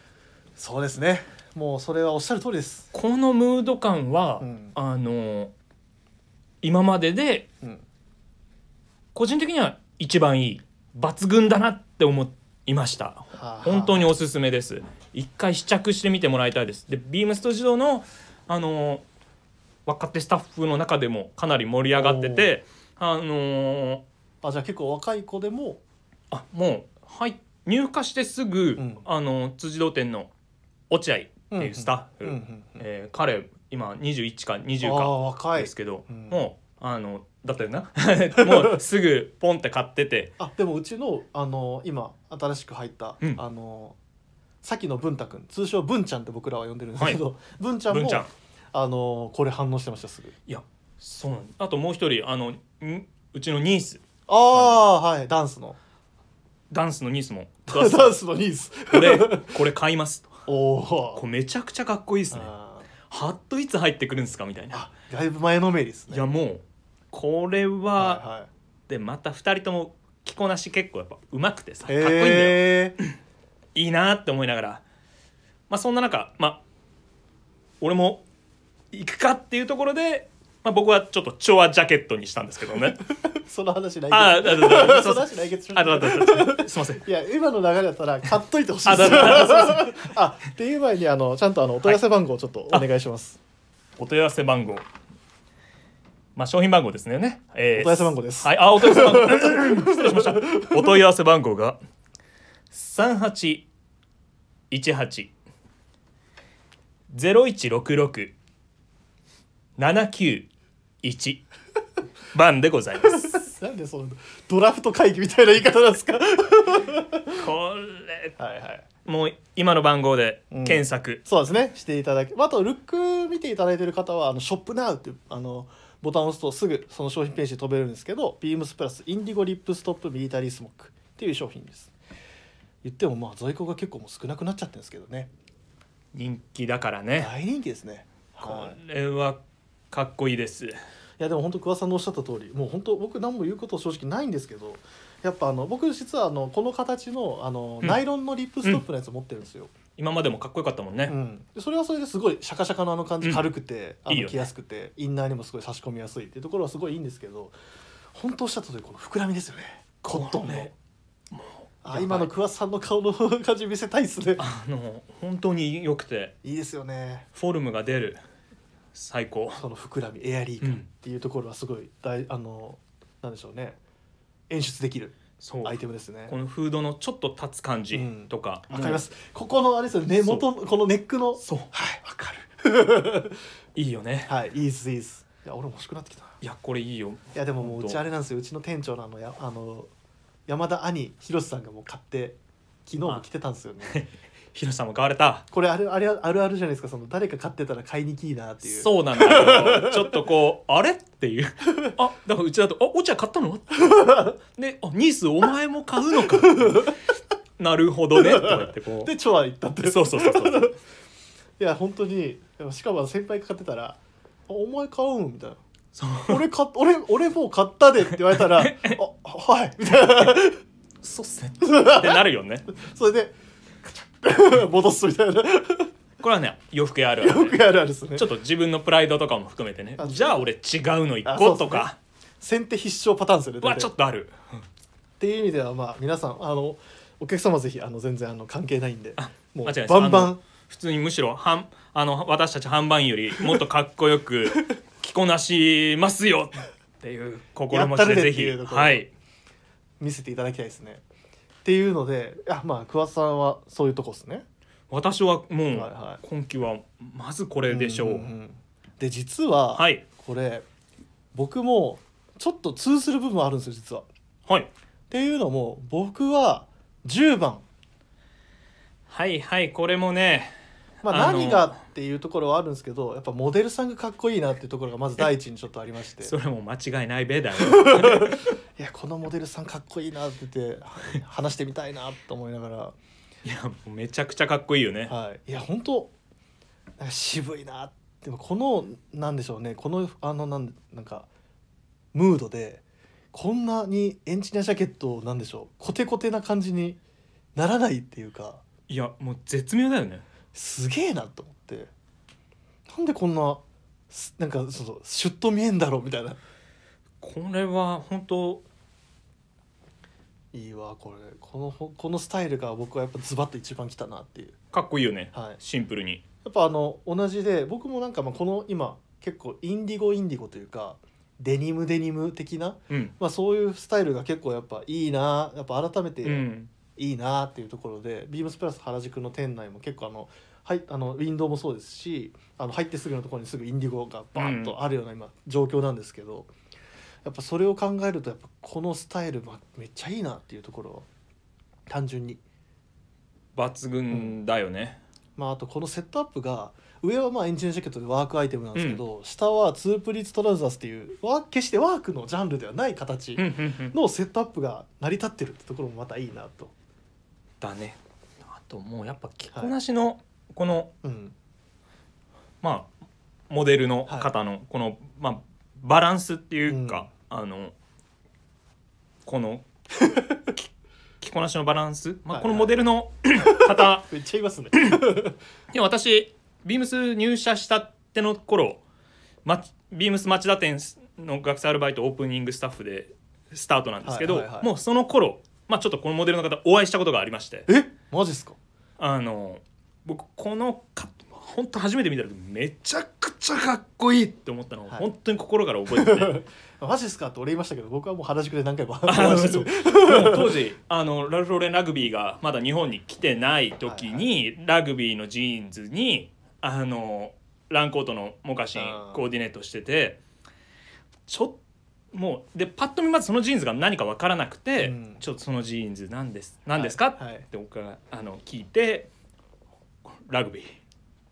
A: そうですねもうそれはおっしゃる通りです、
B: このムード感は、
A: うん
B: あの今までで
A: うん、
B: 個人的には一番いい抜群だなって思いました
A: はあはあ
B: 本当におすすめです一回試着してみてもらいたいですでビームストジドのあの若手スタッフの中でもかなり盛り上がっててあの
A: あじゃあ結構若い子でも
B: あもうはい入荷してすぐ、
A: うん
B: あの辻堂店の落合っていうスタッフ、
A: うんうんうん
B: えー彼今21か20
A: あ
B: か
A: あ若い
B: ですけど、
A: うん
B: もうあのだったよな も うすぐポンって買ってて
A: あでもうちのあの今新しく入った、
B: うん
A: あのさっきの文太くん通称文ちゃんって僕らは呼んでるんですけど、文ちゃん
B: 文
A: も
B: ちゃん
A: あのこれ反応してましたすぐ
B: いやそうなんあともう一人あのんうちのニース
A: ああはいダンスの
B: ダンスのニースも
A: ダンスのニース
B: これこれ買いますと
A: お
B: こ
A: お
B: れめちゃくちゃかっこいいですね
A: あ
B: ハットいつ入ってくるんですかみたい
A: ー
B: な
A: あだいぶ前のめりですね
B: いやもうこれは、
A: は
B: でまた2人とも着こなし結構やっぱうまくてさか
A: い
B: っ
A: はい
B: こいいんだよ、
A: へえ
B: いいなって思いながらまあそんな中まあ俺も行くかっていうところで、まあ、僕はちょっとチョアジャケットにしたんですけど ね
A: その話来月
B: ああああああ
A: その話来月しま
B: あ
A: しょ
B: だ
A: う
B: だだだすいません
A: いや今の流れだったら買っといてほしい
B: あ
A: で
B: だ
A: す
B: だだ
A: あっていう前にあのちゃんとあのお問い合わせ番号をちょっとお願いし ます、
B: お問い合わせ番号まあ商品番号ですねね、え
A: お問い合わせ番号です
B: はいあお問い合わせ番号 失礼しましたお問い合わせ番号が三八一八ゼロ一六六七九一番でござい ます
A: なんでそのドラフト会議みたいな言い方なんですか はい
B: これ
A: はい
B: もう今の番号で検索、
A: そうですねしていただきあとルック見ていただいてる方はあのショップナウっていうあのボタンを押すとすぐその商品ページに飛べるんですけどビームスプラスインディゴリップストップミリタリースモックっていう商品です言ってもまあ在庫が結構もう少なくなっちゃってるんですけどね
B: 人気だからね、
A: 大人気ですね
B: こ
A: はい
B: れはかっこいいです
A: いやでも本当桑さんのおっしゃった通りもう本当僕何も言うこと正直ないんですけどやっぱあの僕実はあのこの形のあの、
B: うん
A: ナイロンのリップストップのやつ持ってるんですよ、
B: 今までもかっこよかったもんね、
A: うん、でそれはそれですごいシャカシャカのあの感じ
B: うん
A: 軽くて、あの
B: いいよね
A: 着やすくてインナーにもすごい差し込みやすいっていうところはすごいいいんですけど本当おっしゃった通りこの膨らみですよねコットンの、
B: これや
A: あ
B: ばい
A: 今の桑さんの顔の 感じ見せたいですね
B: あの本当に良くて
A: いいですよね
B: フォルムが出る最高
A: その膨らみエアリー感っていうところはすごい大、あのなんでしょうね演出できる
B: そう
A: アイテムですね
B: このフードのちょっと立つ感じ
A: うん
B: とか、
A: わかりますここのあれですよね根元のこのネックの
B: そう
A: はいわかる
B: いいよ ね
A: はいいいですいいですいや俺も欲しくなってきた
B: いやこれいいよ
A: いやでももう
B: 本当
A: うちあれなんですようちの店長のあのやあの山田兄広瀬さんがもう買って昨日も着てたんですよね
B: ヒロさんも買われた
A: これあれあれあるあるじゃないですかその誰か買ってたら買いにきいなっていう
B: そうなんだよちょっとこ うあれっていうあだからうちだと「あお茶買ったの?」で「あニースお前も買うのか」なるほどね」とか言ってこ
A: でチョア行ったって
B: うそうそうそうそう
A: いや本当にでもしかも先輩が買ってたら「お前買うん?」みたいな
B: そう
A: 「俺買っ俺俺もう買ったで」って言われた ら「あはい」みたいな
B: そうっすねってなるよね
A: それでカチャッ 戻すみたいな
B: これはね洋服屋あるある
A: よくやるあるですね
B: ちょっと自分のプライドとかも含めてね
A: あ
B: じゃあ俺違うの一
A: あそうっ
B: 個
A: すね
B: とか
A: 先手必勝パターンですよね
B: は
A: 大体
B: ちょっとある
A: っていう意味ではまあ皆さんあのお客様ぜひあの全然あの関係ないんでも
B: 間違いな
A: う
B: い
A: バンバ
B: あ
A: ン
B: の普通にむしろはんあの私たち半番よりもっとかっこよく着こなしますよっていう心持ちでぜ
A: やったる
B: ひ
A: でっていうところ
B: はい
A: 見せていただきたいですね。っていうのでいやまあ桑田さんはそういうとこですね。
B: 私はもう、
A: はいはい
B: 今期はまずこれでしょう、
A: んんんで実は、
B: はい
A: これ僕もちょっと通する部分あるんですよ実は。っ
B: はい
A: ていうのも僕は10番、
B: はいはいこれもね
A: まあ、
B: あの
A: 何がっていうところはあるんですけどやっぱモデルさんがかっこいいなっていうところがまず第一にちょっとありまして。
B: それも間違いないべ だよ
A: いやこのモデルさんかっこいいなって言って話してみたいなと思いながら。
B: いやもうめちゃくちゃかっこいいよね
A: はい、いや本当なんか渋いなってでもこのなんでしょうねこのあのなんなんかムードでこんなにエンジニアジャケットをなんでしょうコテコテな感じにならないっていうか
B: いやもう絶妙だよね
A: すげえなと思ってなんでこんなすなんかそのシュッと見えんだろうみたいな
B: これは本当
A: いいわこれこのほこのスタイルが僕はやっぱズバッと一番きたなっていう
B: かっこいいよね
A: はい
B: シンプルに
A: やっぱあの同じで僕もなんかまあこの今結構インディゴインディゴというかデニムデニム的な、
B: うん
A: まあ、そういうスタイルが結構やっぱいいなやっぱ改め
B: う
A: て
B: ん
A: いいなっていうところで、ビームスプラス原宿の店内も結構あの,、はい、あのウィンドウもそうですしあの入ってすぐのところにすぐインディゴがバーッとあるような今状況なんですけど、やっぱそれを考えるとやっぱこのスタイルまめっちゃいいなっていうところを単純に
B: 抜群だよね、
A: まあ、あとこのセットアップが上はまあエンジニアジャケットでワークアイテムなんですけど、下はツープリーツトラウザースっていうワー決してワークのジャンルではない形
B: うんうんうん
A: のセットアップが成り立ってるってところもまたいいなと、
B: だねあともうやっぱ着こなしのこの、
A: うん、
B: まあモデルの方のこの、まあ、バランスっていうか、あのこ のき着こなしのバランス、ま
A: は
B: あ、
A: い
B: このモデルの方
A: めっちゃいますね
B: いや私ビームス入社したっての頃まビームス町田店の学生アルバイトオープニングスタッフでスタートなんですけど、
A: はいはいはい
B: もうその頃、まあ、ちょっとこのモデルの方お会いしたことがありまして
A: えマジっすか
B: あの僕このか本当初めて見た時めちゃくちゃかっこいいって思ったのを、
A: はい
B: 本当に心から覚えてて
A: マジっすかって俺言いましたけど僕はもう原宿で何回もお
B: あ
A: 会
B: の
A: い
B: そ
A: し
B: う
A: てる
B: もう当時あのラルフ・ローレンラグビーがまだ日本に来てない時に、ラグビーのジーンズにあのランコートのモカシン
A: あー
B: コーディネートしててちょっもうでパッと見まずそのジーンズが何か分からなくて、
A: うん
B: ちょっとそのジーンズ何です何ですか、
A: はいはい
B: って僕があの聞いてラグビーっ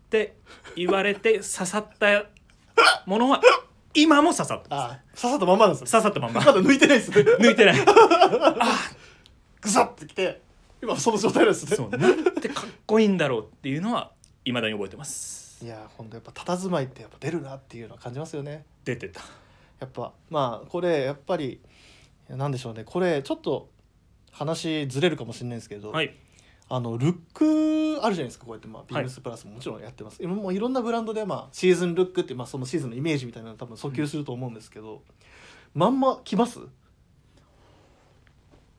B: て言われて刺さったものは今も刺さった
A: あささったまんまなんですよ
B: 刺さったまんま
A: まだ抜いてないっすね
B: 抜いてない
A: グサッてきて今その状態なんですね
B: そうなんてかっこいいんだろうっていうのはいまだに覚えてます
A: いや本当やっぱ佇まいってやっぱ出るなっていうのは感じますよね
B: 出 てた
A: やっぱまあこれやっぱりなんでしょうねこれちょっと話ずれるかもしれないですけど、
B: はい
A: あのルックあるじゃないですかこうやってまあビ
B: は
A: ー
B: い
A: ムスプラスももちろんやってます、今もういろんなブランドで、まあ、シーズンルックって、まあ、そのシーズンのイメージみたいなの多分訴求すると思うんですけど、まんま来ます、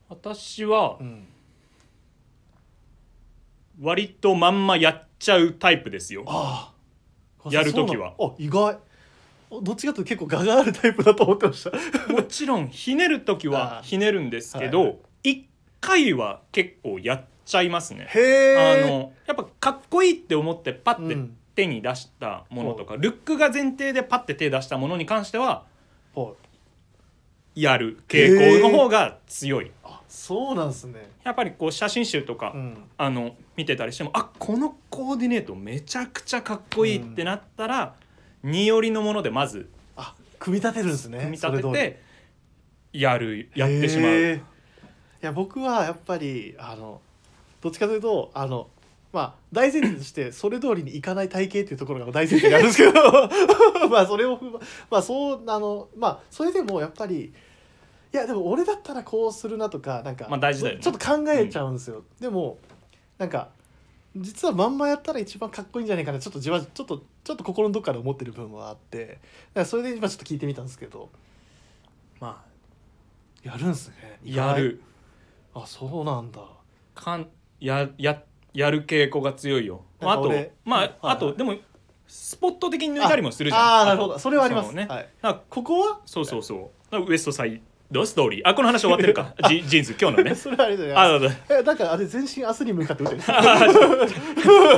B: 私は
A: うん、
B: 割とまんまやっちゃうタイプですよ
A: ああ
B: やる時は
A: そうなのあ意外おどっちかというと結構画があるタイプだと思ってま した
B: もちろんひねる時は
A: あー
B: ひねるんですけ
A: はいは
B: ど一回は結構やっちゃいますね
A: へ
B: あ
A: え
B: のやっぱかっこいいって思ってパッて
A: うん
B: 手に出したものとか、ルックが前提でパッて手出したものに関しては
A: はい
B: やる傾向の方が強い
A: あそうなんですね
B: やっぱりこう写真集とか、
A: うん
B: あの見てたりしてもあこのコーディネートめちゃくちゃかっこいいってなったら、によりのものでまず
A: あ組み立てるんですね
B: 組み
A: それ
B: 立て
A: 通り
B: てやるやってしま
A: へ
B: う
A: ーいや僕はやっぱりあのどっちかというとあのまあ大前提と してそれ通りにいかない体型っていうところが大前提なんですけど まあそれを踏ままあそうあのまあそれでもやっぱりいやでも俺だったらこうするなとかなんか、
B: まあ大事だよね
A: ちょっと考えちゃうんですよ、でもなんか実はまんまやったら一番かっこいいんじゃないかなちょっとじわちょっとちょっと心のどっかで思ってる部分はあってだからそれで今ちょっと聞いてみたんですけど
B: まあ
A: やるんですね意
B: や
A: 外
B: る
A: あそうなんだ
B: かんやややる傾向が強いよ、まあ、あ
A: なんか
B: と
A: 俺
B: まあ、
A: うんはいはい
B: あとでもスポット的に抜いたりもするじゃん
A: ああーなるほどそれはありま
B: そ
A: す
B: うね
A: はい、
B: なんか
A: ここは
B: そうそうそうなんかウエストサイドストーリーあこの話終わって るかジジーンズ今日のね
A: それはあれだよ
B: あだ
A: えなんかあれ全身明日に向かって打ってるあ
B: だ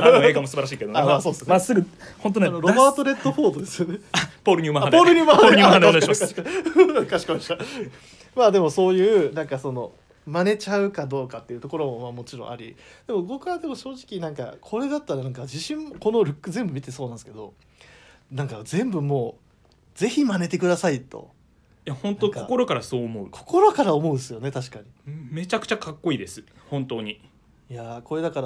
B: あの映画も素晴らしいけどね
A: あ
B: まあ
A: そうっすね
B: まっすぐ本当ね
A: のロバート・レッドフォードですよね
B: ポール・ニューマン
A: あ
B: 派
A: ポール・
B: で
A: ニューマン
B: ポール・ニューマンでお願いします
A: す かしこまりましたまあでもそういうなんかその真似ちゃうかどうかっていうところもまあもちろんありでも僕はでも正直なんかこれだったらなんか自信このルック全部見てそうなんですけどなんか全部もうぜひ真似てくださいと
B: いや本当
A: なんか
B: 心からそう思う
A: 心から思うんですよね確かに
B: めちゃくちゃかっこいいです本当に
A: いやーこれだか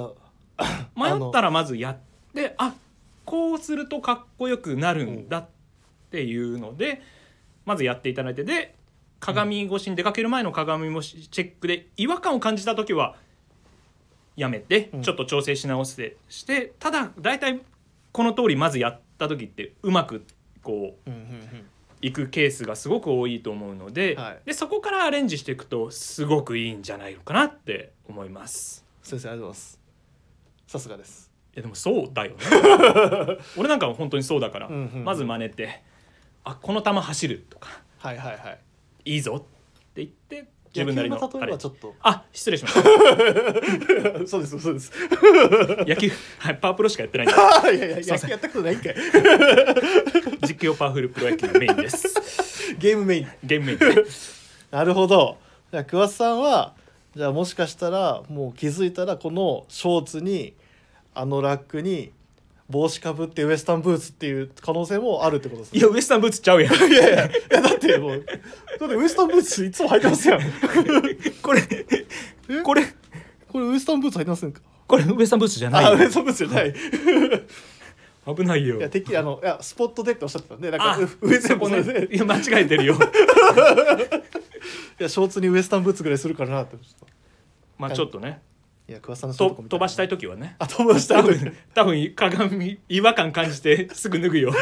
A: ら
B: 迷ったらまずやってあこうするとかっこよくなるんだっていうのでまずやっていただいてで鏡越しに出かける前の鏡越しチェックで違和感を感じた時はやめて
A: うん
B: ちょっと調整し直してしてただ大体この通りまずやった時ってうまくこう
A: うんうん
B: いくケースがすごく多いと思うので,、
A: はい
B: でそこからアレンジしていくとすごくいいんじゃないのかなって思います。
A: 先生ありがとうございますさすがです
B: いやでもそうだよ ね俺なんかは本当にそうだから、
A: うんうん
B: まず真似て「あこの球走る」とか
A: はいはいはい
B: 「いいぞ」って言って自分なりの
A: 野球例えばちょ
B: っ
A: っと
B: あ失礼しまし
A: そうですそうです
B: た野球、はい、パワープロしかやってないんで
A: いやいや
B: すいま
A: 野
B: せ
A: 球
B: ん
A: やったことないんかい
B: 実況パワフルプロ野球のメインです
A: ゲームメイン
B: ゲームメインで
A: なるほどじゃあ桑田さんはじゃあもしかしたらもう気づいたらこのショーツにあのラックに帽子かぶってウエスタンブーツっていう可能性もあるってことです
B: い
A: ね
B: やウエスタンブーツちゃうやん
A: いやいやいやだってもうだってウエスタンブーツいつも履いてますやん
B: これ
A: え
B: これ
A: これウエスタンブーツ履いてませんか
B: これウエスタンブーツじゃ
A: あウ
B: な
A: エ
B: い
A: スタンブーツじゃないい
B: 危ないよ
A: やてっきりあのいやスポットでっておっしゃってたんでなんか
B: あ
A: ウエスタンブーツ
B: そこ
A: で
B: ねいや間違えて るよ
A: いやショーツにウエスタンブーツぐらいするからなって
B: まあちょっとね
A: いや桑田さんのそういうと
B: と
A: こ見
B: 飛ばした
A: い
B: い時はね
A: あ飛ばした
B: 多
A: いと
B: 分多分鏡違和感感じてすぐ脱 ぐよ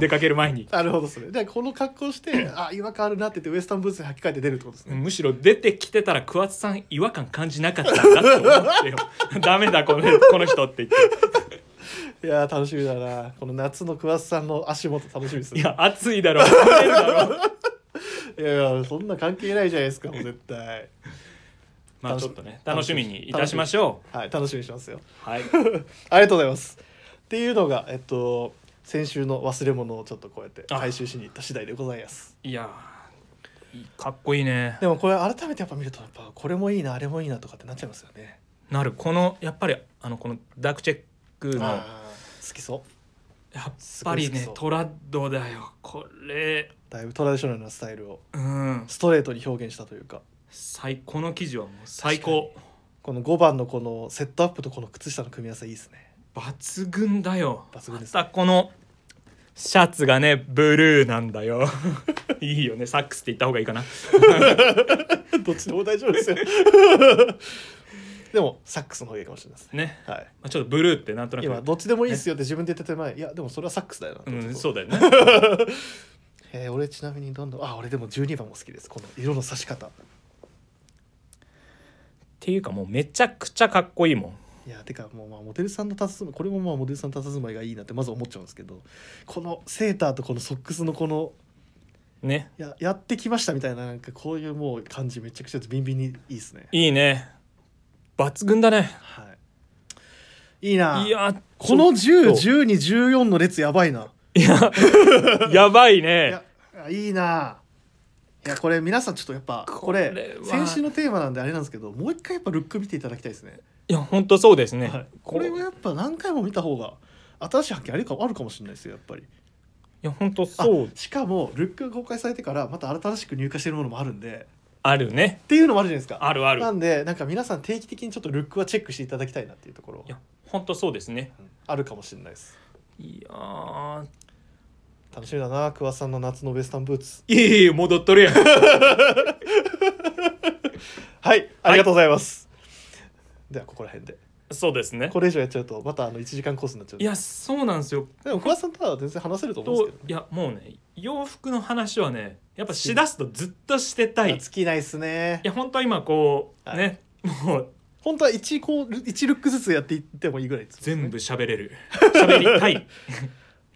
B: 出かける前に
A: なるほどですね。じゃあこの格好して、あ違和感あるなって言ってウエスタンブーツに履き替えて出るってことですね。
B: むしろ出てきてたら桑田さん違和感感じなかったんだって思 ってよダメだこのこの人って言っ
A: いやー楽しみだな。この夏の桑田さんの足元楽しみです
B: てい
A: ね。
B: や暑い だろう寒いだろう
A: いやいやそんな関係ないじゃないですかもう絶対。
B: まあ
A: 楽
B: ち
A: し
B: ょっとね楽しみにいたしましょ
A: はい楽しみにしますよ。
B: うはい
A: ありがとうございます。っていうのがえっと先週の忘れ物をちょっとこうやって
B: あ
A: 回収しに行った次第でございます。
B: いやーいいかっこいいね
A: でもこれ改めてやっぱ見るとやっぱこれもいいなあれもいいなとかってなっちゃいますよね。
B: なるこのやっぱりあのこのダークチェックのや
A: あー好きそう。
B: っぱり
A: すごい
B: ね
A: 好きそう
B: トラッドだよこれ
A: だいぶトラディショナルなスタイルを
B: うん
A: ストレートに表現したというか。
B: 最この記事はもう最高
A: この5番のこのセットアップとこの靴下の組み合わせいいですね
B: 抜群だよ
A: 抜群です
B: またこのシャツがねブルーなんだよ いいよねサックスって言った方がいいかな
A: どっちでも大丈夫ですよでもサックスの方がいいかもしれないですね
B: ね、
A: はい
B: まあ、ちょっとブルーってなんとな
A: 今
B: く
A: どっちでもいいですよって自分で言ってて前いやでもそれはサックスだよなって
B: う
A: 思って
B: んそうだよね
A: えー俺ちなみにどんどんあ俺でも12番も好きですこの色の差し方
B: っていうかもうめちゃくちゃかっこいいもん
A: いやてかもうまあモデルさんのたずまこれもまあモデルさんのたずまいがいいなってまず思っちゃうんですけどこのセーターとこのソックスのこの
B: ね
A: ややってきましたみたいななんかこういうもう感じめちゃくちゃビンビンにいいですね
B: いいね抜群だね
A: はいいいない
B: や
A: この
B: ちょっと
A: 101214の列やばいな。
B: いやや ばい
A: い
B: ね
A: やいいな。いやこれ皆さんちょっとやっぱこれ
B: これは
A: 先週のテーマなんであれなんですけどもう一回やっぱルック見ていただきたいですね。
B: いやほんとそうですね、
A: はい、これはやっぱ何回も見た方が新しい発見あるかあるかもしれないですよやっぱり。
B: いやほんと
A: あ
B: そう
A: しかもルックが公開されてからまた新しく入荷してるものもあるんで
B: あるね
A: っていうのもあるじゃないですか。
B: あるある
A: なんでなんか皆さん定期的にちょっとルックはチェックしていただきたいなっていうところ
B: いやほんとそうですね
A: うんあるかもしれないです。
B: いやー
A: 楽しみだな桑田さんの夏のウエスタンブーツ。
B: いえいえ戻っとるやん
A: はい、ありがとうございます。ではここら辺で。
B: そうですね
A: これ以上やっちゃうとまたあの1時間コースになっちゃうん
B: い
A: で。
B: やそうなんですよ
A: でも桑田さんとは全然話せると思うん
B: と
A: ですけど、ね。
B: いやもうね洋服の話はねやっぱしだすとずっとしてたいい
A: あ尽きないですね。
B: や本当は今こう、
A: はい
B: ねもう
A: 本当は1こう一ルックずつやっていってもいいぐらいです、
B: 全部。喋れ る喋りたい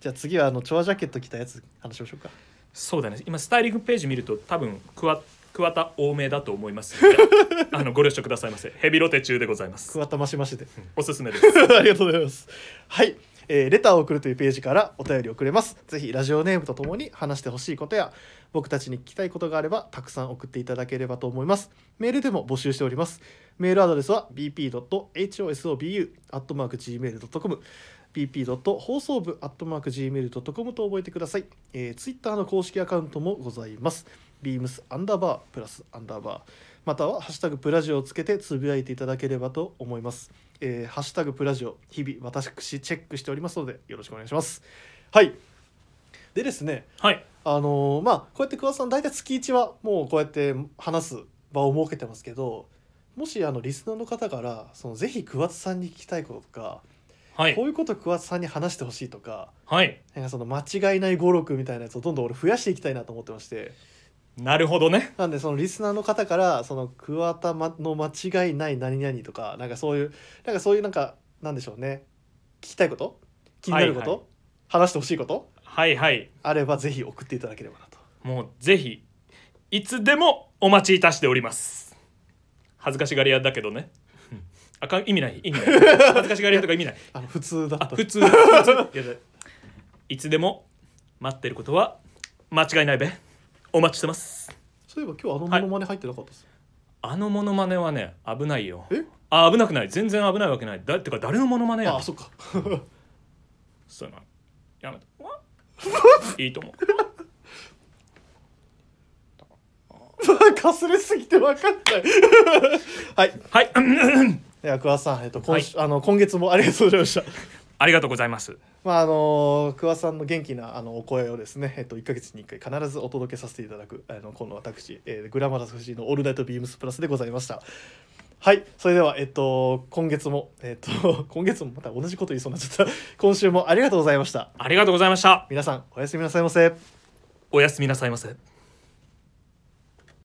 A: じゃあ次はあのチョアジャケット着たやつ話しましょうか。
B: そうだね今スタイリングページ見ると多分桑桑田多めだと思います あのご了承くださいませヘビロテ中でございます
A: 桑田マシマシで。
B: おすすめです
A: ありがとうございます。 はい。えーレターを送るというページからお便りをくれます。ぜひラジオネームとともに話してほしいことや僕たちに聞きたいことがあればたくさん送っていただければと思います。メールでも募集しております。メールアドレスは bp.hosobu.gmail.com bp. 放送部 .gmail.com と覚えてください、えー。ツイッターの公式アカウントもございます。beams アンダーバープラスアンダーバーまたはハッシュタグプラジオをつけてつぶやいていただければと思います。えーハッシュタグプラジオ」日々私チェックしておりますのでよろしくお願いしますはいでですね
B: はい
A: あのーまあこうやって桑田さん大体月1はもうこうやって話す場を設けてますけどもしあのリスナーの方からそのぜひ桑田さんに聞きたいこととか、
B: はい
A: こういうこと桑田さんに話してほしいとか
B: はい
A: なんかその間違いない語録みたいなやつをどんどん俺増やしていきたいなと思ってまして
B: なるほどね
A: なんでそのリスナーの方からその桑田まの間違いない何々とかなんかそういうなんかそういうなんかなんでしょうね聞きたいこと気になること、
B: はいは
A: 話してほしいこと
B: はいはい
A: あればぜひ送っていただければなと
B: もうぜひいつでもお待ちいたしております恥ずかしがり屋だけどね うんあかん意味ない意味ない恥ずかしがり屋とか意味ない
A: あの普通だっ
B: あ
A: た
B: 普通普通いやいつでも待ってることは間違いないべお待ちしてます
A: そういえば今日あのモ
B: はい
A: ノマネ入ってなかったです、
B: あのモノマネはね危ないよ
A: え
B: あ危なくない全然危ないわけないだってか誰のモノマネや
A: あ
B: ねん
A: あそっか
B: そうやなやめてうわいいと思う
A: かすれすぎて分かんない はい
B: はい
A: では桑田さん、えっと今週あの今月もありがとうございました
B: ありがとうございます
A: まああの桑さんの元気なあのお声をですね、えっと、1か月に1回必ずお届けさせていただくあの今度私、えーグラマラス藤井の「オールナイトビームスプラス」でございましたはいそれではえっと今月もえっと 今月もまた同じこと言いそうになっちゃった今週もありがとうございました
B: ありがとうございました
A: 皆さんおやすみなさいませ
B: おやすみなさいませ